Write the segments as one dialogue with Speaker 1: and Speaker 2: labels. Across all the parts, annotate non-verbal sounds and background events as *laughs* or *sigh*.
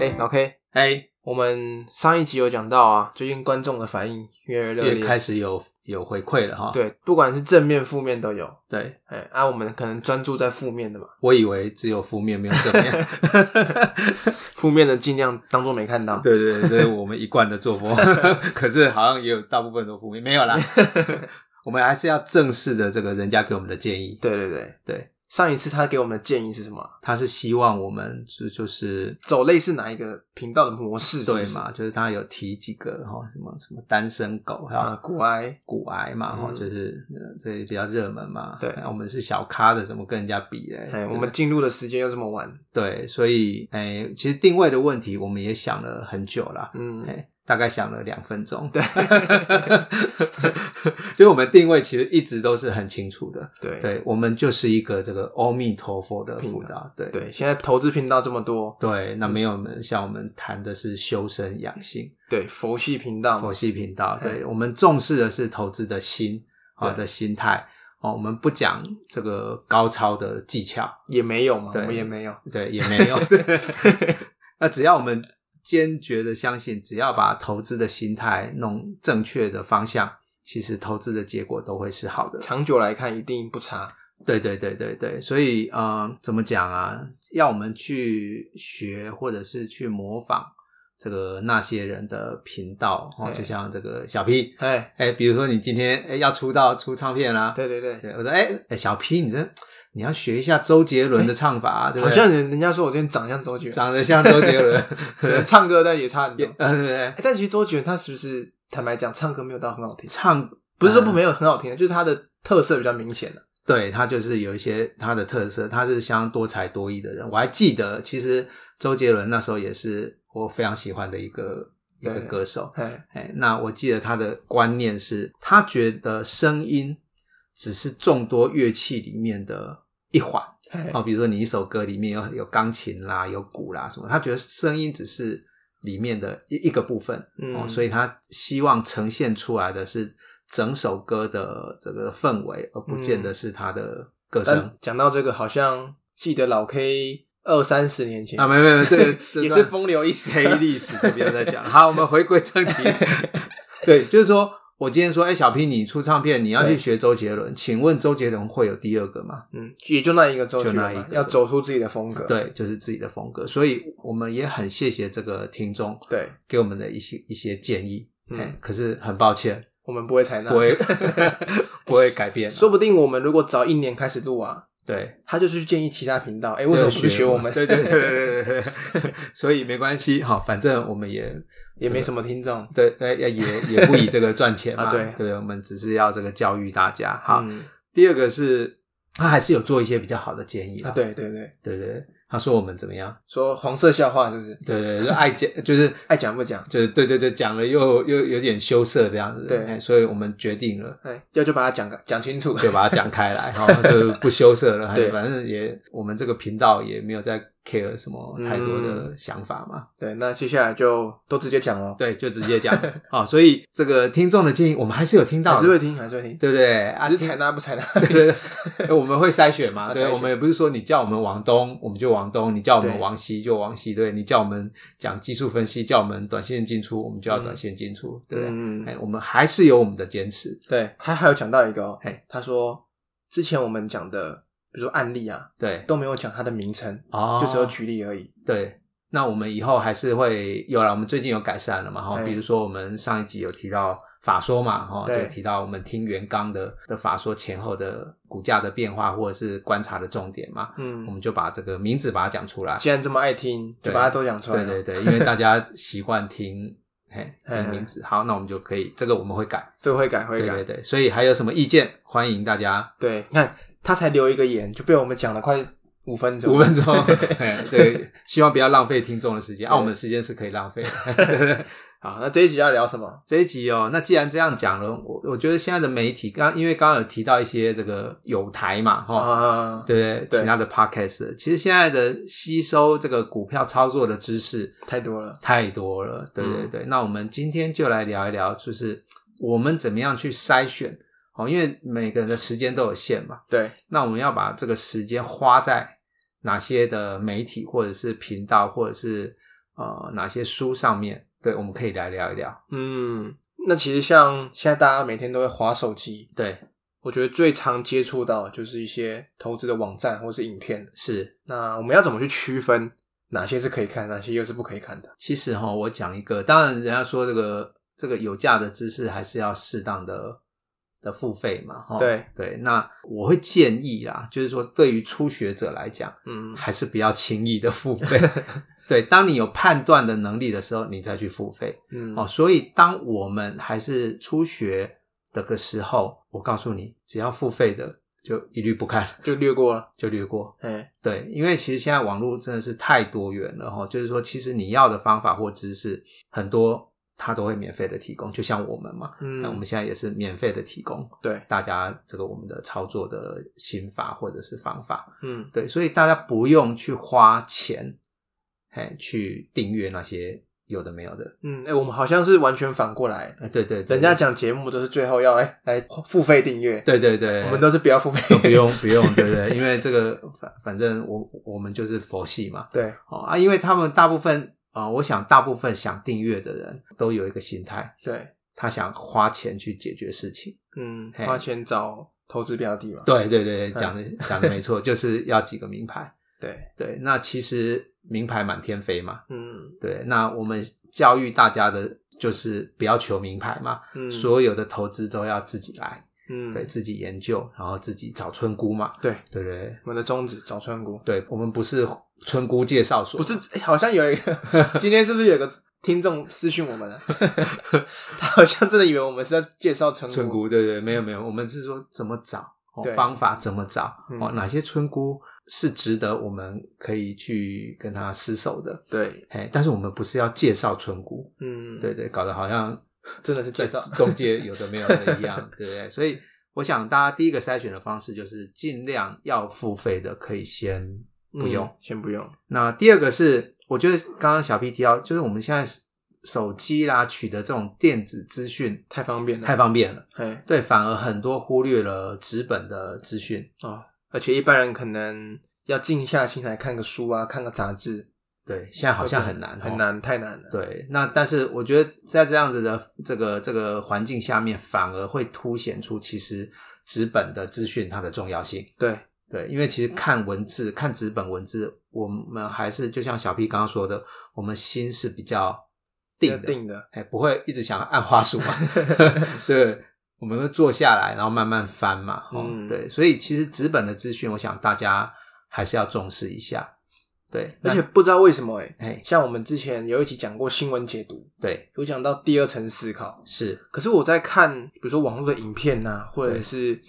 Speaker 1: 哎、老 K，
Speaker 2: 哎，
Speaker 1: 我们上一集有讲到啊，最近观众的反应越来越热
Speaker 2: 也
Speaker 1: 烈，
Speaker 2: 开始有有回馈了哈。
Speaker 1: 对，不管是正面负面都有。
Speaker 2: 对，
Speaker 1: 哎、啊，我们可能专注在负面的嘛， *laughs*
Speaker 2: 我以为只有负面没有正面。
Speaker 1: 负面的尽量当做没看到。
Speaker 2: 对对，对这是我们一贯的作风。 *laughs* 可是好像也有大部分都负面，没
Speaker 1: *laughs*
Speaker 2: 有啦。我们还是要正视的这个人家给我们的建议。
Speaker 1: 对对对，
Speaker 2: 对，
Speaker 1: 上一次他给我们的建议是什么啊？
Speaker 2: 他是希望我们就就是
Speaker 1: 走类似哪一个频道的模式是不
Speaker 2: 对
Speaker 1: 是？
Speaker 2: 嘛，就是他有提几个哈什么什么单身狗还
Speaker 1: 啊，
Speaker 2: 有
Speaker 1: 古埃，
Speaker 2: 骨癌嘛哈，
Speaker 1: 嗯
Speaker 2: 就是呃这比较热门嘛。
Speaker 1: 对
Speaker 2: 哎我们是小咖的，怎么跟人家比嘞？
Speaker 1: 哎、
Speaker 2: 对
Speaker 1: 我们进入的时间又这么晚，
Speaker 2: 对，所以哎，其实定位的问题我们也想了很久啦，
Speaker 1: 嗯，
Speaker 2: 哎，大概想了两分钟。
Speaker 1: 对，
Speaker 2: *laughs* 就我们定位其实一直都是很清楚的，
Speaker 1: 对
Speaker 2: 对我们就是一个这个阿弥陀佛的辅导，对
Speaker 1: 对，现在投资频道这么多，
Speaker 2: 对那没有我们像我们谈的是修身养性
Speaker 1: 对，佛系频道嘛
Speaker 2: 佛，系频道，对我们重视的是投资的心好
Speaker 1: 嗯对
Speaker 2: 的心态哦，我们不讲这个高超的技巧，
Speaker 1: 也没有嘛，我
Speaker 2: 对
Speaker 1: 们也没有，
Speaker 2: 对，也没有。 *laughs* 对那只要我们坚决的相信，只要把投资的心态弄正确的方向，其实投资的结果都会是好的。
Speaker 1: 长久来看一定不差。
Speaker 2: 对对对对对，所以呃，怎么讲啊？要我们去学，或者是去模仿这个那些人的频道，哦，
Speaker 1: 对
Speaker 2: 就像这个小 P，
Speaker 1: 哎、
Speaker 2: 哎，比如说你今天哎要出道出唱片啦、
Speaker 1: 对对对，
Speaker 2: 对，我说哎哎小 P，你这你要学一下周杰伦的唱法、啊，对不
Speaker 1: 好
Speaker 2: 对？
Speaker 1: 像人人家说我今天长得像周杰伦，
Speaker 2: 长得像周杰伦，
Speaker 1: 可能唱歌但也差很多。
Speaker 2: 也呃对不对
Speaker 1: 欸？但其实周杰伦他是不是坦白讲，唱歌没有到很好听，
Speaker 2: 唱
Speaker 1: 不是说不没有很好听，啊就是他的特色比较明显了。啊
Speaker 2: 对他就是有一些他的特色，他是相当多才多艺的人。我还记得，其实周杰伦那时候也是我非常喜欢的一个一
Speaker 1: 对
Speaker 2: 个歌手。
Speaker 1: 哎，
Speaker 2: 哎，那我记得他的观念是，他觉得声音只是众多乐器里面的一环。
Speaker 1: 哎
Speaker 2: 哦，比如说你一首歌里面有有钢琴啦，有鼓啦什么，他觉得声音只是里面的一一个部分，
Speaker 1: 嗯
Speaker 2: 哦，所以他希望呈现出来的是整首歌的这个氛围，而不见得是他的歌声。
Speaker 1: 但讲到这个，好像记得老 K 二三十年前
Speaker 2: 啊，没有没有， *laughs* 这个这
Speaker 1: 也
Speaker 2: 段
Speaker 1: 是风流一时
Speaker 2: 黑历史，就不要再讲了。好，我们回归正题。 *laughs* 对，就是说我今天说，哎、小 P，你出唱片，你要
Speaker 1: 对
Speaker 2: 去学周杰伦，请问周杰伦会有第二个吗？
Speaker 1: *laughs* 嗯，也就那一个周杰
Speaker 2: 就那
Speaker 1: 伦
Speaker 2: 一
Speaker 1: 嘛
Speaker 2: 个，
Speaker 1: 要走出自己的风格。
Speaker 2: 对，就是自己的风格。所以我们也很谢谢这个听众，
Speaker 1: 对，
Speaker 2: 给我们的一些一些建议。
Speaker 1: 嗯
Speaker 2: 嗯，可是很抱歉，
Speaker 1: 我们不会采纳，
Speaker 2: 不会 *laughs* 不会改变啊。
Speaker 1: 说不定我们如果早一年开始录啊，
Speaker 2: 对，
Speaker 1: 他就是去建议其他频道，哎，为什么不去学我们？
Speaker 2: 对对对对对对对，所以没关系哈，反正我们也
Speaker 1: *laughs* 也没什么听众。
Speaker 2: 对呃也也也不以这个赚钱
Speaker 1: 啊
Speaker 2: 嘛，
Speaker 1: 对
Speaker 2: 对，我们只是要这个教育大家。好，
Speaker 1: 嗯
Speaker 2: 第二个是他还是有做一些比较好的建议
Speaker 1: 啊，
Speaker 2: 啦
Speaker 1: 对对对，
Speaker 2: 对对，对他说我们怎么样？
Speaker 1: 说黄色笑话是不是？
Speaker 2: 对对，对就爱讲就是
Speaker 1: *laughs* 爱讲不讲？
Speaker 2: 就是对对对，讲了又又有点羞涩这样子，
Speaker 1: 对
Speaker 2: 哎所以我们决定了。
Speaker 1: 哎，要就把它讲个讲清楚。
Speaker 2: 就把它讲开来，哈，就不羞涩了。
Speaker 1: 对
Speaker 2: 反正也我们这个频道也没有在 care 什么太多
Speaker 1: 嗯
Speaker 2: 的想法嘛，
Speaker 1: 对，那接下来就都直接讲喽，
Speaker 2: 对，就直接讲啊。所以这个听众的建议，我们还是有听到
Speaker 1: 还
Speaker 2: 的，
Speaker 1: 是会听，还是会听，
Speaker 2: 对不对？啊，
Speaker 1: 只是
Speaker 2: 听
Speaker 1: 采纳不采纳。
Speaker 2: *laughs* 对对对，我们会筛选嘛？
Speaker 1: 啊
Speaker 2: 对，
Speaker 1: 筛选
Speaker 2: 我们也不是说你叫我们往东，我们就往东；你叫我们
Speaker 1: 对
Speaker 2: 往西就往西。对，你叫我们讲技术分析，叫我们短线进出，我们就要
Speaker 1: 嗯
Speaker 2: 短线进出，对不对？
Speaker 1: 嗯嗯
Speaker 2: 哎，我们还是有我们的坚持。
Speaker 1: 对，哎他还有讲到一个哦
Speaker 2: 嘿，
Speaker 1: 他说之前我们讲的，比如说案例啊，
Speaker 2: 对，
Speaker 1: 都没有讲它的名称，
Speaker 2: 哦，
Speaker 1: 就只有举例而已。
Speaker 2: 对，那我们以后还是会有了。我们最近有改善了嘛？哈，
Speaker 1: 哎
Speaker 2: 比如说我们上一集有提到法说嘛，哈，
Speaker 1: 对
Speaker 2: 就提到我们听袁刚的的法说前后的股价的变化或者是观察的重点嘛，我
Speaker 1: 嗯，
Speaker 2: 们就把这个名字把它讲出来。
Speaker 1: 既然这么爱听，就
Speaker 2: 对
Speaker 1: 把它都讲出来
Speaker 2: 对
Speaker 1: 了。
Speaker 2: 对
Speaker 1: *laughs*
Speaker 2: 对，因为大家习惯听。嘿，
Speaker 1: 哎
Speaker 2: 听名字好，那我们就可以，这个我们会改，
Speaker 1: 这个会改会
Speaker 2: 对
Speaker 1: 改
Speaker 2: 对。对，所以还有什么意见，欢迎大家
Speaker 1: 对，你看他才留一个言，就被我们讲了快五分钟。
Speaker 2: 五分钟，嘿对，希望不要浪费听众的时间，啊，我们的时间是可以浪费的，对对对
Speaker 1: *laughs* 好，那这一集要聊什么？
Speaker 2: 这一集哦，那既然这样讲了，我我觉得现在的媒体刚因为刚刚有提到一些这个有台嘛，哈、
Speaker 1: 啊，
Speaker 2: 哦对不
Speaker 1: 对
Speaker 2: 对？其他的 podcast，其实现在的吸收这个股票操作的知识
Speaker 1: 太多了。
Speaker 2: 太多了，对
Speaker 1: 嗯
Speaker 2: 对对。那我们今天就来聊一聊，就是我们怎么样去筛选哦，因为每个人的时间都有限嘛，
Speaker 1: 对，
Speaker 2: 那我们要把这个时间花在哪些的媒体或者是频道或者是呃哪些书上面，对，我们可以来聊一聊。
Speaker 1: 嗯，那其实像现在大家每天都会划手机，
Speaker 2: 对，
Speaker 1: 我觉得最常接触到的就是一些投资的网站或是影片。
Speaker 2: 是，
Speaker 1: 那我们要怎么去区分哪些是可以看，哪些又是不可以看的？
Speaker 2: 其实哈，我讲一个，当然人家说这个这个有价的知识还是要适当的的付费嘛，哈。
Speaker 1: 对
Speaker 2: 对，那我会建议啦，就是说对于初学者来讲，
Speaker 1: 嗯，
Speaker 2: 还是不要轻易的付费。 *laughs* 对，当你有判断的能力的时候，你再去付费。
Speaker 1: 嗯，
Speaker 2: 哦，所以当我们还是初学的个时候，我告诉你，只要付费的就一律不看，
Speaker 1: 就略过了。
Speaker 2: 就略过。
Speaker 1: 哎，
Speaker 2: 对，因为其实现在网络真的是太多元了哈、哦，就是说，其实你要的方法或知识很多，它都会免费的提供，就像我们嘛，
Speaker 1: 嗯，
Speaker 2: 那我们现在也是免费的提供
Speaker 1: 对，
Speaker 2: 大家这个我们的操作的心法或者是方法。
Speaker 1: 嗯
Speaker 2: 对，所以大家不用去花钱，哎，去订阅那些有的没有的。
Speaker 1: 嗯，哎、我们好像是完全反过来，
Speaker 2: 哎，对对对
Speaker 1: 人家讲节目都是最后要哎来付费订阅，
Speaker 2: 对对对，
Speaker 1: 我们都是不要付费，
Speaker 2: 都不用不用，对对，因为这个反反正我我们就是佛系嘛，
Speaker 1: 对，
Speaker 2: 哦啊，因为他们大部分啊、呃我想大部分想订阅的人都有一个心态，
Speaker 1: 对，
Speaker 2: 他想花钱去解决事情。
Speaker 1: 嗯，
Speaker 2: 嘿
Speaker 1: 花钱找投资标的嘛，
Speaker 2: 对对对，讲的讲的没错，就是要几个名牌。
Speaker 1: 对，
Speaker 2: 对，那其实名牌满天飞嘛，
Speaker 1: 嗯
Speaker 2: 对，那我们教育大家的就是不要求名牌嘛，
Speaker 1: 嗯，
Speaker 2: 所有的投资都要自己来，
Speaker 1: 嗯
Speaker 2: 对自己研究，然后自己找村姑嘛，
Speaker 1: 对，
Speaker 2: 对不对？
Speaker 1: 我们的宗旨找川股，
Speaker 2: 对，我们不是村姑介绍所，
Speaker 1: 不是、哎好像有一个， *laughs* 今天是不是有个听众私讯我们了、 *laughs* 他好像真的以为我们是在介绍村
Speaker 2: 村
Speaker 1: 股，
Speaker 2: 姑，对对，没有没有，我们是说怎么找，哦
Speaker 1: 对、
Speaker 2: 方法怎么找，
Speaker 1: 嗯
Speaker 2: 哦，哪些村姑是值得我们可以去跟他厮守的，
Speaker 1: 对，
Speaker 2: 哎，但是我们不是要介绍村姑，
Speaker 1: 嗯，，
Speaker 2: 对对，搞得好像
Speaker 1: 真的是介绍，
Speaker 2: 中介有的没有的
Speaker 1: *laughs*
Speaker 2: 一样，对不对？所以我想大家第一个筛选的方式就是尽量要付费的，可以先不用。
Speaker 1: 嗯先不用，
Speaker 2: 那第二个是，我觉得刚刚小 P 提到，就是我们现在手机啦取得这种电子资讯
Speaker 1: 太方便了，
Speaker 2: 太方便了，
Speaker 1: 哎
Speaker 2: 对，反而很多忽略了纸本的资讯。
Speaker 1: 哦，而且一般人可能要静下心来看个书啊，看个杂志，
Speaker 2: 对，现在好像很难，
Speaker 1: 很
Speaker 2: 哦。
Speaker 1: 难，太难了，
Speaker 2: 对，那但是我觉得在这样子的这个这个环境下面，反而会凸显出其实纸本的资讯它的重要性。
Speaker 1: 对，
Speaker 2: 对，因为其实看文字、看纸本文字，我们还是就像小 P 刚刚说的，我们心是比较定
Speaker 1: 要
Speaker 2: 的，
Speaker 1: 定的，
Speaker 2: 哎，不会一直想按花
Speaker 1: *laughs*
Speaker 2: 束嘛。对，我们会坐下来，然后慢慢翻嘛。哦、
Speaker 1: 嗯
Speaker 2: 对，所以其实纸本的资讯，我想大家还是要重视一下。对，
Speaker 1: 而
Speaker 2: 那
Speaker 1: 且不知道为什么、欸，
Speaker 2: 哎，
Speaker 1: 像我们之前有一集讲过新闻解读，
Speaker 2: 对，
Speaker 1: 有讲到第二层思考。
Speaker 2: 是，
Speaker 1: 可是我在看，比如说网络的影片呐、或者是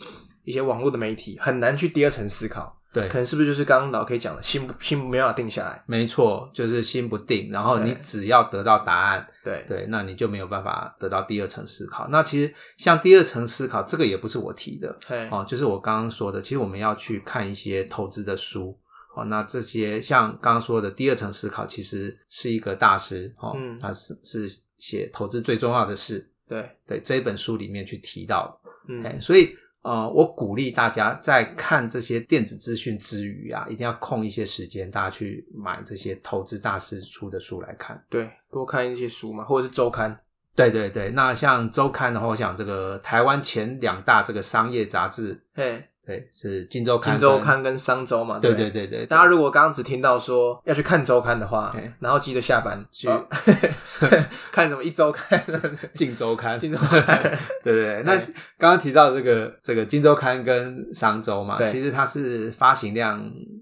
Speaker 1: 一些网络的媒体，很难去第二层思考。
Speaker 2: 对
Speaker 1: 可，能是不是就是刚刚老 K 讲的，心不心没办法定下来？
Speaker 2: 没错，就是心不定，然后你
Speaker 1: 对
Speaker 2: 只要得到答案，
Speaker 1: 对
Speaker 2: 对，那你就没有办法得到第二层思考。那其实像第二层思考，这个也不是我提的，
Speaker 1: 对，
Speaker 2: 哦，就是我刚刚说的，其实我们要去看一些投资的书。哦，那这些像刚刚说的第二层思考，其实是一个大师哦，
Speaker 1: 嗯
Speaker 2: 他是是写投资最重要的事，
Speaker 1: 对，
Speaker 2: 对这一本书里面去提到的。哎，
Speaker 1: 嗯，
Speaker 2: 所以呃，我鼓励大家在看这些电子资讯之余啊，一定要空一些时间，大家去买这些投资大师出的书来看。
Speaker 1: 对，多看一些书嘛，或者是周刊。
Speaker 2: 对对对，那像周刊的话，我想这个台湾前两大这个商业杂志，
Speaker 1: 嘿，
Speaker 2: 对，是《金周刊》
Speaker 1: 金
Speaker 2: 跟
Speaker 1: 周刊跟商周嘛，
Speaker 2: 啊对
Speaker 1: 不
Speaker 2: 对对对，
Speaker 1: 大家如果刚刚只听到说要去看周刊的话
Speaker 2: 对，
Speaker 1: 然后记得下班去
Speaker 2: *laughs*
Speaker 1: 看什么一周刊什么的，
Speaker 2: 《镜周刊》，
Speaker 1: 金周刊
Speaker 2: *laughs* 对对对。那刚刚提到这个这个《金周刊》跟《商周》嘛，
Speaker 1: 对
Speaker 2: 其实它是发行量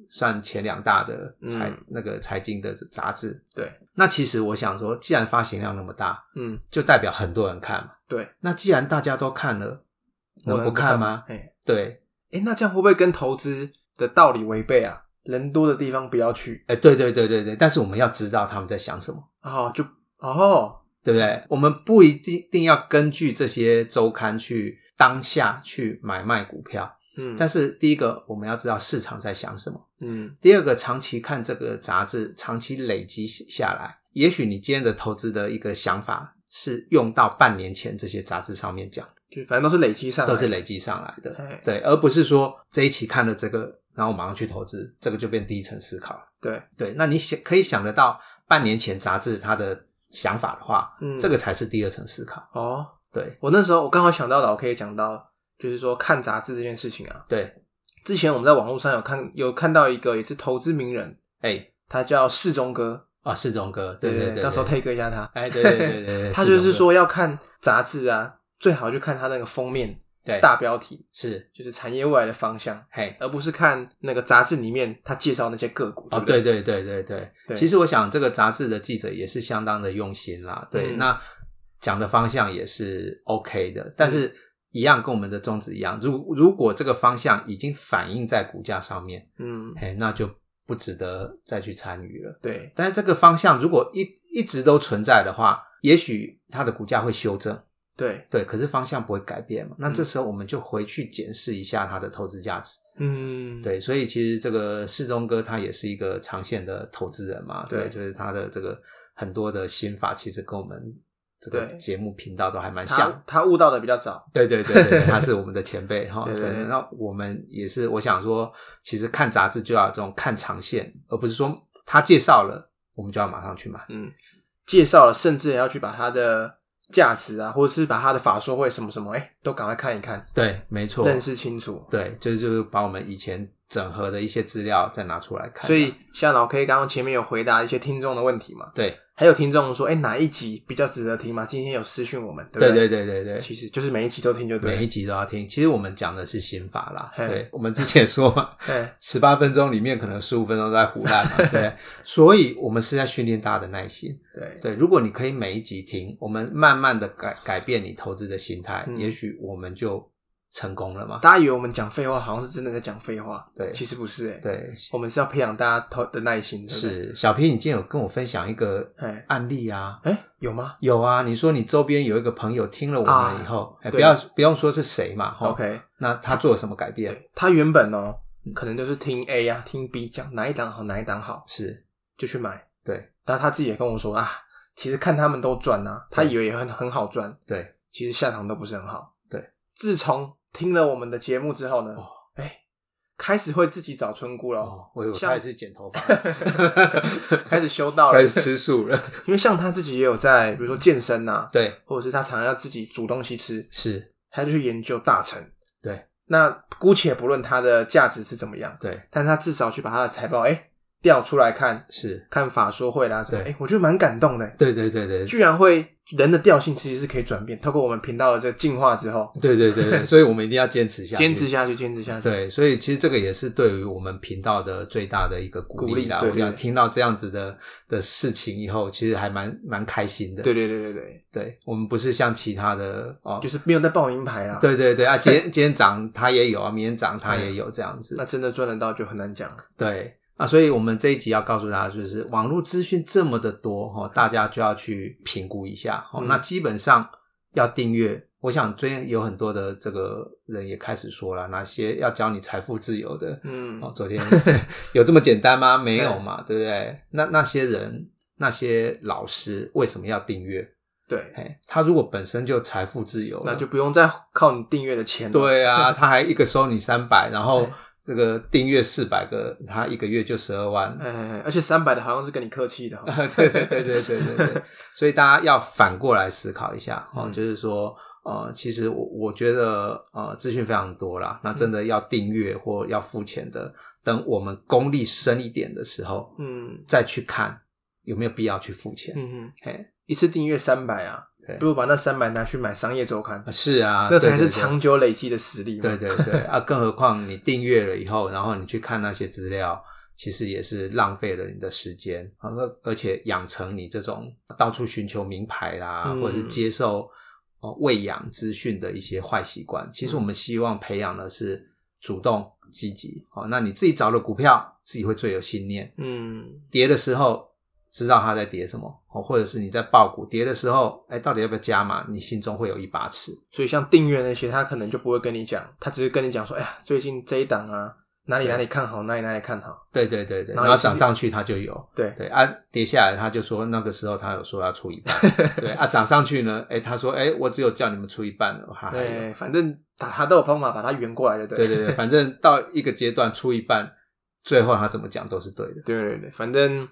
Speaker 2: 算前两大的财、
Speaker 1: 嗯
Speaker 2: 那个财经的杂志。
Speaker 1: 对，
Speaker 2: 那其实我想说，既然发行量那么大，
Speaker 1: 嗯，
Speaker 2: 就代表很多人看嘛。
Speaker 1: 对，
Speaker 2: 那既然大家都看了，能不看吗？
Speaker 1: 哎
Speaker 2: 对，
Speaker 1: 哎，那这样会不会跟投资的道理违背啊？人多的地方不要去
Speaker 2: 哎，对对对对对，但是我们要知道他们在想什么。
Speaker 1: 哦，就哦，
Speaker 2: 对不对？我们不一定定要根据这些周刊去当下去买卖股票，
Speaker 1: 嗯，
Speaker 2: 但是第一个，我们要知道市场在想什么；
Speaker 1: 嗯
Speaker 2: 第二个，长期看这个杂志，长期累积下来，也许你今天的投资的一个想法是用到半年前这些杂志上面讲，
Speaker 1: 就反正都是累积上来
Speaker 2: 都
Speaker 1: 的，
Speaker 2: 是累积上来的，
Speaker 1: 哎，
Speaker 2: 对，而不是说这一期看了这个，然后我马上去投资，这个就变低层思考了。
Speaker 1: 对，
Speaker 2: 对，那你想可以想得到半年前杂志它的想法的话，
Speaker 1: 嗯
Speaker 2: 这个才是第二层思考。
Speaker 1: 哦，
Speaker 2: 对
Speaker 1: 我那时候我刚好想到了，我可以讲到就是说看杂志这件事情啊。
Speaker 2: 对，
Speaker 1: 之前我们在网络上有看有看到一个也是投资名人，
Speaker 2: 哎
Speaker 1: 他叫世忠哥，
Speaker 2: 啊，世忠哥，对
Speaker 1: 对
Speaker 2: 对，
Speaker 1: 到时候
Speaker 2: 对
Speaker 1: take 一下他。
Speaker 2: 哎，对对对对
Speaker 1: *laughs*
Speaker 2: 对，
Speaker 1: 他
Speaker 2: 世
Speaker 1: 就
Speaker 2: 宗
Speaker 1: 是
Speaker 2: 哥
Speaker 1: 说要看杂志啊，最好就看他那个封面
Speaker 2: 对
Speaker 1: 大标题，
Speaker 2: 是
Speaker 1: 就是产业未来的方向，
Speaker 2: 嘿。
Speaker 1: 而不是看那个杂志里面他介绍那些个股。
Speaker 2: 哦，
Speaker 1: 不
Speaker 2: 对
Speaker 1: 对
Speaker 2: 对对对对，
Speaker 1: 对
Speaker 2: 其实我想这个杂志的记者也是相当的用心啦，对，
Speaker 1: 嗯
Speaker 2: 那讲的方向也是 OK 的，但是一样跟我们的宗旨一样，如如果这个方向已经反映在股价上面，
Speaker 1: 嗯，
Speaker 2: 哎，那就不值得再去参与了。
Speaker 1: 对，
Speaker 2: 但是这个方向如果一一直都存在的话，也许它的股价会修正，
Speaker 1: 对，
Speaker 2: 对，可是方向不会改变嘛。那
Speaker 1: 嗯
Speaker 2: 这时候我们就回去检视一下它的投资价值。
Speaker 1: 嗯，，
Speaker 2: 对，所以其实这个世忠哥他也是一个长线的投资人嘛，对，
Speaker 1: 对
Speaker 2: 就是他的这个很多的心法，其实跟我们这个
Speaker 1: 对
Speaker 2: 节目频道都还蛮像
Speaker 1: 他。他悟到的比较早，
Speaker 2: 对对对对，他是我们的前辈
Speaker 1: *laughs*
Speaker 2: 哈。
Speaker 1: 对对
Speaker 2: 所以
Speaker 1: 对
Speaker 2: 那我们也是，我想说，其实看杂志就要有这种看长线，而不是说他介绍了我们就要马上去买。
Speaker 1: 嗯，介绍了，甚至也要去把他的价值啊，或者是把他的法说会什么什么，哎，都赶快看一看，
Speaker 2: 对，没错，
Speaker 1: 认识清楚。
Speaker 2: 对，就是就是把我们以前整合的一些资料再拿出来看啊。
Speaker 1: 所以像老 K 刚刚前面有回答一些听众的问题嘛，
Speaker 2: 对，
Speaker 1: 还有听众说，哎，哪一集比较值得听嘛？今天有私讯我们，对不
Speaker 2: 对
Speaker 1: 对
Speaker 2: 对对对对，
Speaker 1: 其实就是每一集都听就对
Speaker 2: 每一
Speaker 1: 了。
Speaker 2: 集都要听。其实我们讲的是心法啦，
Speaker 1: 嘿
Speaker 2: 对，我们之前说嘛， *laughs*
Speaker 1: 哎，
Speaker 2: 十八分钟里面可能十五分钟都在胡乱嘛，对，所以我们是在训练大家的耐心。
Speaker 1: 对，
Speaker 2: 对，如果你可以每一集听，我们慢慢的改改变你投资的心态，
Speaker 1: 嗯
Speaker 2: 也许我们就成功了嘛。
Speaker 1: 大家以为我们讲废话，好像是真的在讲废话，
Speaker 2: 对
Speaker 1: 其实不是哎，
Speaker 2: 对，
Speaker 1: 我们是要培养大家投的耐心，对不对，
Speaker 2: 是小平，你今天有跟我分享一个
Speaker 1: 哎
Speaker 2: 案例啊。
Speaker 1: 哎，有吗
Speaker 2: 有啊，你说你周边有一个朋友听了我
Speaker 1: 啊
Speaker 2: 们以后，哎，不
Speaker 1: 对
Speaker 2: 要不用说是谁嘛，哈
Speaker 1: ？OK，
Speaker 2: 那他做了什么改变？
Speaker 1: 他原本哦，
Speaker 2: 嗯
Speaker 1: 可能就是听 A 啊，听 B 讲哪一档好，哪一档好，
Speaker 2: 是
Speaker 1: 就去买。
Speaker 2: 对
Speaker 1: 但他自己也跟我说啊，其实看他们都赚啊，他以为也很很好赚，
Speaker 2: 对，
Speaker 1: 其实下场都不是很好。
Speaker 2: 对，
Speaker 1: 自从听了我们的节目之后呢
Speaker 2: 哦，
Speaker 1: 哎、开始会自己找村姑了哦，
Speaker 2: 哦，我以为
Speaker 1: 像
Speaker 2: 他也是剪头发，
Speaker 1: *laughs* 开始修道了
Speaker 2: 开。始吃素了。
Speaker 1: *laughs* 因为像他自己也有在，比如说健身呐、啊，
Speaker 2: *laughs* 对，
Speaker 1: 或者是他常常要自己煮东西吃，
Speaker 2: 是，
Speaker 1: 他就去研究大成。
Speaker 2: 对，
Speaker 1: 那姑且不论它的价值是怎么样，
Speaker 2: 对，
Speaker 1: 但他至少去把他的财报哎、调出来看，
Speaker 2: 是，
Speaker 1: 看法说会啦什么，哎、
Speaker 2: 对
Speaker 1: 我觉得蛮感动的、
Speaker 2: 对对对对，
Speaker 1: 居然会人的调性其实是可以转变，透过我们频道的这个进化之后，
Speaker 2: 对对对对，所以我们一定要坚持下去，
Speaker 1: 坚持。下去，坚持下去。，
Speaker 2: 对，所以其实这个也是对于我们频道的最大的一个鼓
Speaker 1: 鼓
Speaker 2: 励
Speaker 1: 励
Speaker 2: 啦。
Speaker 1: 对
Speaker 2: 我想
Speaker 1: 对
Speaker 2: 听到这样子的的事情以后，其实还蛮蛮开心的。
Speaker 1: 对对对对对，
Speaker 2: 对，我们不是像其他的哦，
Speaker 1: 就是没有在报名牌啦。，
Speaker 2: 对对对啊，今天今天涨它也有啊，明天涨它也有这样子
Speaker 1: 那。真的赚得到就很难讲了。
Speaker 2: 对啊，所以我们这一集要告诉大家，就是网络资讯这么的多哦，大家就要去评估一下哦。
Speaker 1: 嗯
Speaker 2: 那基本上要订阅，我想最近有很多的这个人也开始说了，哪些要教你财富自由的。
Speaker 1: 嗯，
Speaker 2: 哦，
Speaker 1: *laughs*
Speaker 2: 昨天有这么简单吗？没有嘛，对不对？那那些人、那些老师为什么要订阅？
Speaker 1: 对，
Speaker 2: 嘿，他如果本身就财富自由了，
Speaker 1: 那就不用再靠你订阅的钱了。*laughs*
Speaker 2: 对啊，他还一个收你三百，然后
Speaker 1: 对
Speaker 2: 这个订阅四百个，他一个月就十二万。
Speaker 1: 哎，而且三百的好像是跟你客气的哦。
Speaker 2: *laughs* 对对对对对对对，所以大家要反过来思考一下哦，
Speaker 1: 嗯
Speaker 2: 就是说呃，其实我我觉得呃，资讯非常多啦，
Speaker 1: 嗯
Speaker 2: 那真的要订阅或要付钱的，等我们功力深一点的时候，
Speaker 1: *laughs* 嗯
Speaker 2: 再去看有没有必要去付钱。
Speaker 1: 嗯嗯，
Speaker 2: 哎、
Speaker 1: 一次订阅三百啊
Speaker 2: 对，
Speaker 1: 不如把那三百拿去买商业周刊，
Speaker 2: 是啊，
Speaker 1: 那才
Speaker 2: 对
Speaker 1: 是
Speaker 2: 对对
Speaker 1: 长久累积的实力嘛。
Speaker 2: 对对对啊，更何况你订阅了以后，然后你去看那些资料，其实也是浪费了你的时间，啊而而且养成你这种到处寻求名牌啦，
Speaker 1: 嗯
Speaker 2: 或者是接受呃喂养资讯的一些坏习惯。其
Speaker 1: 嗯
Speaker 2: 实我们希望培养的是主动积极哦。那你自己找的股票，自己会最有信念，
Speaker 1: 嗯，
Speaker 2: 跌的时候。知道它在跌什么，哦，或者是你在爆股跌的时候，哎，到底要不要加码？你心中会有一把尺。
Speaker 1: 所以像订阅那些，他可能就不会跟你讲，他只是跟你讲说，哎呀，最近这一档啊，哪里哪里看好，哪里哪里看好。
Speaker 2: 对对对对，
Speaker 1: 然后
Speaker 2: 然后
Speaker 1: 一起
Speaker 2: 涨上去它就有，
Speaker 1: 对
Speaker 2: 对啊，跌下来他就说那个时候他有说要出一半， *laughs* 对啊，涨上去呢，哎，他说哎，我只有叫你们出一半了，还还有，
Speaker 1: 对，哎反正他他都有方法把它圆过来的，
Speaker 2: 对
Speaker 1: 对
Speaker 2: 对对，反正到一个阶段出一半，最后他怎么讲都是对的，
Speaker 1: 对对对，反正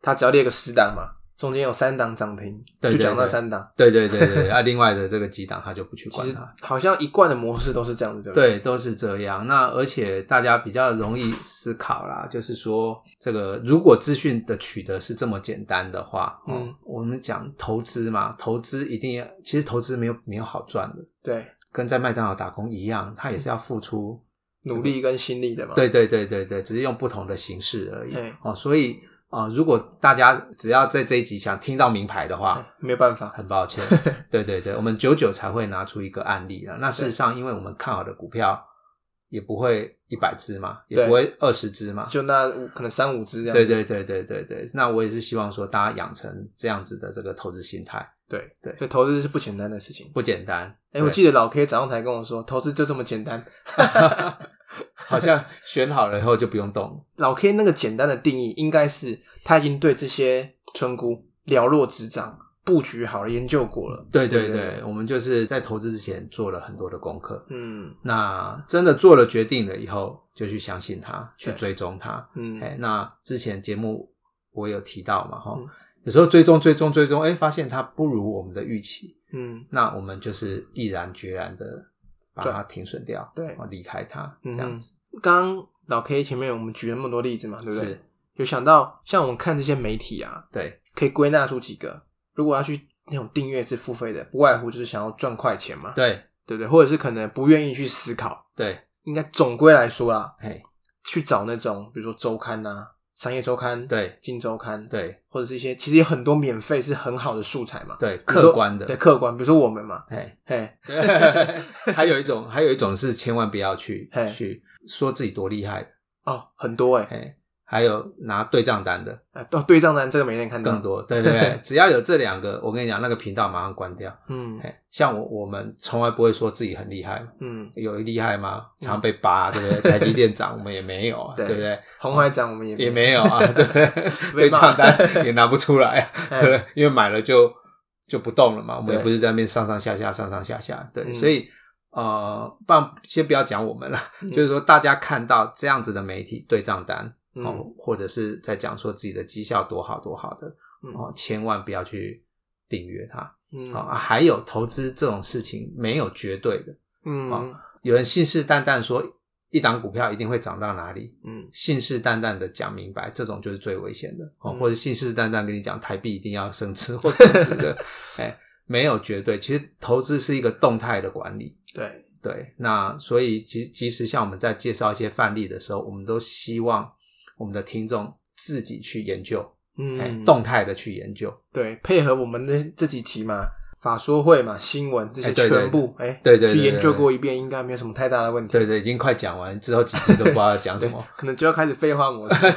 Speaker 1: 它只要列个十档嘛，中间有三档涨停，
Speaker 2: 对
Speaker 1: 就讲
Speaker 2: 对
Speaker 1: 那
Speaker 2: 对
Speaker 1: 三档。
Speaker 2: 对对对对，啊，另外的这个几档他就不去
Speaker 1: 其
Speaker 2: 管
Speaker 1: 实
Speaker 2: 它。
Speaker 1: 好像一贯的模式都是这样子，对不对？
Speaker 2: 对，都是这样。那而且大家比较容易思考啦，就是说，这个如果资讯的取得是这么简单的话，哦
Speaker 1: 嗯，
Speaker 2: 我们讲投资嘛，投资一定要，其实投资没有没有好赚的，
Speaker 1: 对，
Speaker 2: 跟在麦当劳打工一样，它也是要付出。
Speaker 1: 努力跟心力的嘛。
Speaker 2: 嗯对对对对对，只是用不同的形式而已
Speaker 1: 对。
Speaker 2: 哦，所以啊、呃如果大家只要在这一集想听到名牌的话，
Speaker 1: 哎，没有办法。
Speaker 2: 很抱歉，对对对，我们久久才会拿出一个案例了。那事实上，因为我们看好的股票也不会一百只嘛，也
Speaker 1: 对
Speaker 2: 不会二十只嘛。
Speaker 1: 就那五可能三五只这样。
Speaker 2: 对对对对对对，那我也是希望说大家养成这样子的这个投资心态，
Speaker 1: 对
Speaker 2: 对
Speaker 1: 所以投资是不简单的事情。
Speaker 2: 不简单。
Speaker 1: 哎，我
Speaker 2: 对
Speaker 1: 记得老 K 早上才跟我说，投资就这么简单。
Speaker 2: 好像 *laughs* 选好了以后就不用动了。
Speaker 1: 老 K 那个简单的定义应该是他已经对这些村姑了若指掌，布局好了，研究过了。
Speaker 2: 对
Speaker 1: 对
Speaker 2: 对
Speaker 1: 对
Speaker 2: 对，我们就是在投资之前做了很多的功课，
Speaker 1: 嗯
Speaker 2: 那真的做了决定了以后，就去相信它，去
Speaker 1: 对
Speaker 2: 追踪它。
Speaker 1: 嗯，
Speaker 2: 哎，那之前节目我有提到嘛，哈、
Speaker 1: 嗯
Speaker 2: 有时候追踪追踪追踪，哎，发现它不如我们的预期，
Speaker 1: 嗯，
Speaker 2: 那我们就是毅然决然的把它停损掉，
Speaker 1: 对
Speaker 2: 哦离开它，
Speaker 1: 嗯
Speaker 2: 这样子、
Speaker 1: 刚刚老 K 前面我们举了那么多例子嘛，对不对？
Speaker 2: 是，
Speaker 1: 有想到像我们看这些媒体啊，
Speaker 2: 对
Speaker 1: 可以归纳出几个，如果要去那种订阅制付费的，不外乎就是想要赚快钱嘛，
Speaker 2: 对
Speaker 1: 对不对？或者是可能不愿意去思考，
Speaker 2: 对，
Speaker 1: 应该总归来说啦，
Speaker 2: 哎，
Speaker 1: 去找那种比如说周刊啊、商业周刊、
Speaker 2: 对
Speaker 1: 金周刊，
Speaker 2: 对
Speaker 1: 或者是一些其实有很多免费是很好的素材嘛，
Speaker 2: 对，
Speaker 1: 比如说
Speaker 2: 客观
Speaker 1: 对
Speaker 2: 的，
Speaker 1: 客观，比如说我们嘛，
Speaker 2: 哎，
Speaker 1: 嘿，
Speaker 2: 对 *laughs* 还有一种还有一种是千万不要去
Speaker 1: 嘿
Speaker 2: 去说自己多厉害的，
Speaker 1: 哦，很多哎、
Speaker 2: 哎，还有拿对账单的
Speaker 1: 欸，哦，对账单这个没人看到，
Speaker 2: 更多，对对
Speaker 1: *laughs*
Speaker 2: 对，只要有这两个，我跟你讲，那个频道马上关掉。
Speaker 1: 嗯
Speaker 2: 嘿像我我们从来不会说自己很厉害，
Speaker 1: 嗯，
Speaker 2: 有厉害吗？常被扒、对不
Speaker 1: *laughs*
Speaker 2: 对？台积电涨，我们也没有啊，
Speaker 1: 对
Speaker 2: 对不对？
Speaker 1: 红海涨我们也
Speaker 2: 也没有啊，对不对？
Speaker 1: *laughs* 被
Speaker 2: 对
Speaker 1: 骂
Speaker 2: 账单也拿不出来啊，
Speaker 1: 哎
Speaker 2: *laughs* 对不对？因为买了就就不动了嘛，我们
Speaker 1: 对
Speaker 2: 也不是在那边上上下下上上下下，对，
Speaker 1: 嗯
Speaker 2: 所以呃，不然先不要讲我们了，
Speaker 1: 嗯
Speaker 2: 就是说大家看到这样子的媒体对账单。
Speaker 1: 嗯
Speaker 2: 哦，或者是在讲说自己的绩效多好多好的，
Speaker 1: 嗯
Speaker 2: 哦，千万不要去订阅它。
Speaker 1: 嗯
Speaker 2: 啊，还有投资这种事情没有绝对的，
Speaker 1: 嗯
Speaker 2: 有人信誓旦旦说一档股票一定会涨到哪里，
Speaker 1: 嗯
Speaker 2: 信誓旦旦的讲明白，这种就是最危险的哦，
Speaker 1: 嗯
Speaker 2: 或者信誓旦旦跟你讲台币一定要升值
Speaker 1: *laughs*
Speaker 2: 或升值的，哎，没有绝对，其实投资是一个动态的管理。
Speaker 1: 对，
Speaker 2: 对，那所以其其实像我们在介绍一些范例的时候，我们都希望我们的听众自己去研究，哎
Speaker 1: 嗯，，
Speaker 2: 动态的去研究。
Speaker 1: 对，配合我们的这几题嘛，法说会嘛，新闻这些
Speaker 2: 哎对对
Speaker 1: 全部，哎，
Speaker 2: 对对对
Speaker 1: 去
Speaker 2: 对
Speaker 1: 研究
Speaker 2: 对
Speaker 1: 过一遍，应该没有什么太大的问题，
Speaker 2: 对对，已经快讲完之后几集都不知道要讲什么。
Speaker 1: 可能就要开始废话模
Speaker 2: *laughs*
Speaker 1: 式，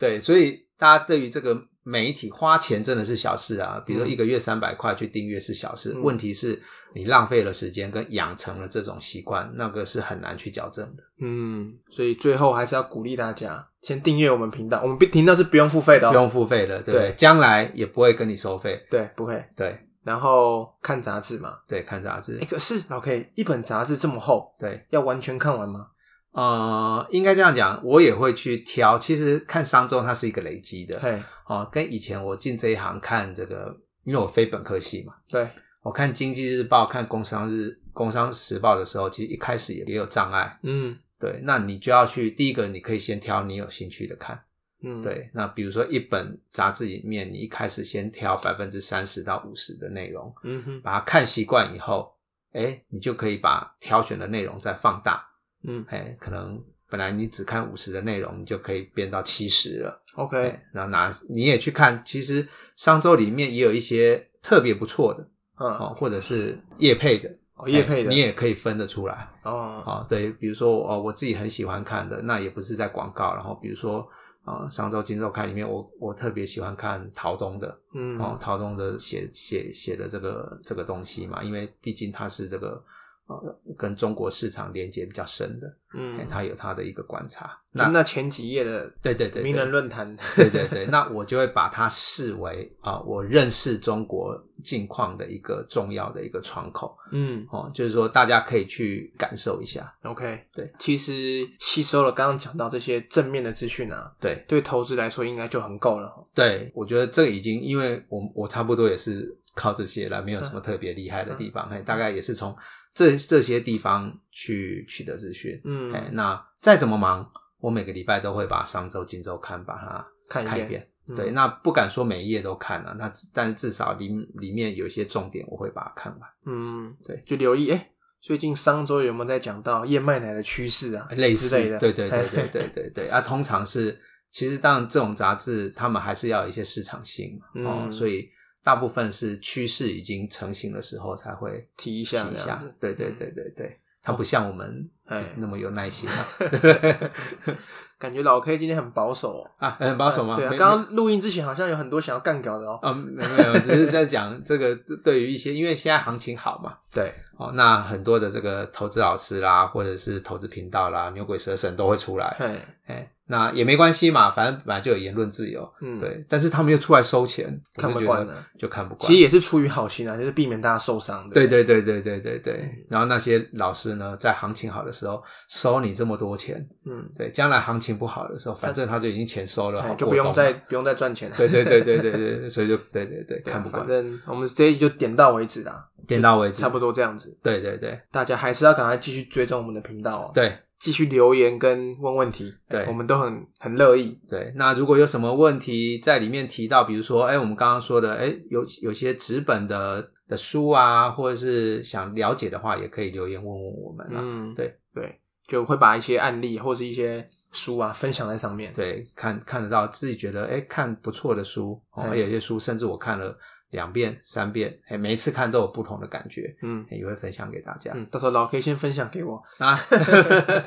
Speaker 2: 对，所以大家对于这个媒体花钱真的是小事啊，比如说一个月三百块去订阅是小事，
Speaker 1: 嗯
Speaker 2: 问题是你浪费了时间跟养成了这种习惯，那个是很难去矫正的。
Speaker 1: 嗯，所以最后还是要鼓励大家先订阅我们频道，我们频道是不用付费的、哦，
Speaker 2: 不用付费的，对不对？
Speaker 1: 对
Speaker 2: 将来也不会跟你收费。
Speaker 1: 对，不会，
Speaker 2: 对
Speaker 1: 然后看杂志嘛，
Speaker 2: 对，看杂志
Speaker 1: 哎，，可是老 K 一本杂志这么厚，
Speaker 2: 对，
Speaker 1: 要完全看完吗？
Speaker 2: 呃，应该这样讲，我也会去挑。其实看商周它是一个累积的，
Speaker 1: 嘿，
Speaker 2: 哦，跟以前我进这一行看这个，因为我非本科系嘛。
Speaker 1: 对，
Speaker 2: 我看《经济日报》、看《工商日》、《工商时报》的时候，其实一开始也也有障碍。
Speaker 1: 嗯
Speaker 2: 对，那你就要去第一个，你可以先挑你有兴趣的看。
Speaker 1: 嗯，，
Speaker 2: 对，那比如说一本杂志里面，你一开始先挑百分之三十到五十的内容，
Speaker 1: 嗯哼，
Speaker 2: 把它看习惯以后，哎，你就可以把挑选的内容再放大。
Speaker 1: 嗯
Speaker 2: 哎，可能本来你只看五十的内容，你就可以变到七十了。
Speaker 1: ，OK，
Speaker 2: 哎，然后拿你也去看，其实商周里面也有一些特别不错的。
Speaker 1: 嗯，
Speaker 2: 哦，或者是业配的，
Speaker 1: 哦，叶配
Speaker 2: 哎
Speaker 1: 的，
Speaker 2: 你也可以分得出来。
Speaker 1: 哦，
Speaker 2: 哦，对，比如说哦，我自己很喜欢看的，那也不是在广告。然后比如说啊、呃上周《金周刊》里面，我我特别喜欢看陶东的，
Speaker 1: 嗯，
Speaker 2: 哦，陶东的写写写的这个这个东西嘛，因为毕竟他是这个呃跟中国市场连接比较深的，哎
Speaker 1: 嗯，
Speaker 2: 他有他的一个观察。
Speaker 1: 那
Speaker 2: 那
Speaker 1: 那前几页的
Speaker 2: 对对对，对
Speaker 1: 名人论坛，
Speaker 2: *laughs*
Speaker 1: *laughs*
Speaker 2: 对对对，那我就会把它视为啊、我认识中国境况的一个重要的一个窗口
Speaker 1: 嗯
Speaker 2: 哦，就是说大家可以去感受一下。
Speaker 1: ，OK，
Speaker 2: 对，
Speaker 1: 其实吸收了刚刚讲到这些正面的资讯啊，
Speaker 2: 对
Speaker 1: 对投资来说应该就很够了。哦
Speaker 2: 对，我觉得这已经因为我我差不多也是靠这些了，没有什
Speaker 1: 嗯
Speaker 2: 么特别厉害的地方，哎、大概也是从这这些地方去取得资讯。
Speaker 1: 嗯，
Speaker 2: 哎、那再怎么忙，我每个礼拜都会把上周、金周刊把它
Speaker 1: 看
Speaker 2: 看一
Speaker 1: 遍，
Speaker 2: 遍。对，
Speaker 1: 嗯
Speaker 2: 那不敢说每一页都看了、那但是至少里里面有一些重点，我会把它看完。
Speaker 1: 嗯，
Speaker 2: 对
Speaker 1: 就留意哎、诶最近商周有没有在讲到燕麦奶的趋势啊，
Speaker 2: 类似
Speaker 1: 之类的，
Speaker 2: 对对对对
Speaker 1: 嘿，
Speaker 2: 对对对啊，通常是其实当然这种杂志他们还是要有一些市场性嘛，哦，
Speaker 1: 嗯
Speaker 2: 所以大部分是趋势已经成型的时候才会
Speaker 1: 提一
Speaker 2: 提
Speaker 1: 下
Speaker 2: 一
Speaker 1: 这样子嗯
Speaker 2: 下，，对对对对对，它不像我们
Speaker 1: 哎
Speaker 2: 那么有耐
Speaker 1: *laughs*
Speaker 2: 心啊
Speaker 1: 感觉老 K 今天很保守、哦，
Speaker 2: 啊，很保守吗？
Speaker 1: 对啊，
Speaker 2: 没
Speaker 1: 刚刚录音之前好像有很多想要干掉的哦，
Speaker 2: 啊，没有没有，只是在讲这个对于一些，因为现在行情好嘛，
Speaker 1: 对，
Speaker 2: 哦，那很多的这个投资老师啦，或者是投资频道啦，牛鬼蛇神都会出来，
Speaker 1: 嘿，
Speaker 2: 哎，那也没关系嘛，反正本来就有言论自由，
Speaker 1: 嗯，，
Speaker 2: 对，但是他们又出来收钱，我
Speaker 1: 看
Speaker 2: 就
Speaker 1: 不
Speaker 2: 觉
Speaker 1: 惯
Speaker 2: 得
Speaker 1: 了
Speaker 2: 就看不惯。
Speaker 1: 其实也是出于好心啊，就是避免大家受伤的，
Speaker 2: 对对对对对对对，
Speaker 1: 嗯
Speaker 2: 然后那些老师呢，在行情好的时候收你这么多钱，
Speaker 1: 嗯，
Speaker 2: 对，将来行情不好的时候，反正他就已经钱收嗯了，好
Speaker 1: 哎就
Speaker 2: 过
Speaker 1: 不用
Speaker 2: 冬
Speaker 1: 再
Speaker 2: 嘛
Speaker 1: 不用再赚钱了，
Speaker 2: 对对对对对对，对所以就对对对，
Speaker 1: 对啊
Speaker 2: 看不惯
Speaker 1: 反，正我们这一集就点到为止啦，
Speaker 2: 点到为止，
Speaker 1: 差不多这样子，
Speaker 2: 对对对
Speaker 1: 大家还是要赶快继续追踪我们的频道哦，
Speaker 2: 对
Speaker 1: 继续留言跟问问题，
Speaker 2: 对
Speaker 1: 我们都很很乐意，
Speaker 2: 对。那如果有什么问题在里面提到，比如说，哎，我们刚刚说的，哎，有有些纸本的的书啊，或者是想了解的话，也可以留言问问我们啊。
Speaker 1: 嗯，
Speaker 2: 对
Speaker 1: 对，就会把一些案例或是一些书啊分享在上面，
Speaker 2: 对，看看得到自己觉得哎看不错的书，哦，
Speaker 1: 嗯
Speaker 2: 有些书甚至我看了两遍、三遍，哎，每一次看都有不同的感觉，
Speaker 1: 嗯
Speaker 2: 诶也会分享给大家、
Speaker 1: 嗯，到时候老 K 先分享给我， *laughs*
Speaker 2: 啊。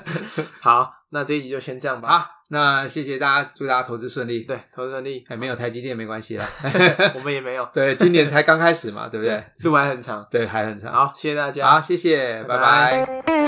Speaker 2: *laughs*
Speaker 1: 好，那这一集就先这样吧，
Speaker 2: 好，那谢谢大家，祝大家投资顺利。，
Speaker 1: 对，投资顺利，
Speaker 2: 哎，没有台积电没关系啦， *laughs*
Speaker 1: 我们也没有，
Speaker 2: 对，今年才刚开始嘛，对不对？
Speaker 1: 路还很长，
Speaker 2: 对，还很长。
Speaker 1: 好，谢谢大家，
Speaker 2: 好，谢谢，
Speaker 1: 拜
Speaker 2: 拜
Speaker 1: 拜
Speaker 2: 拜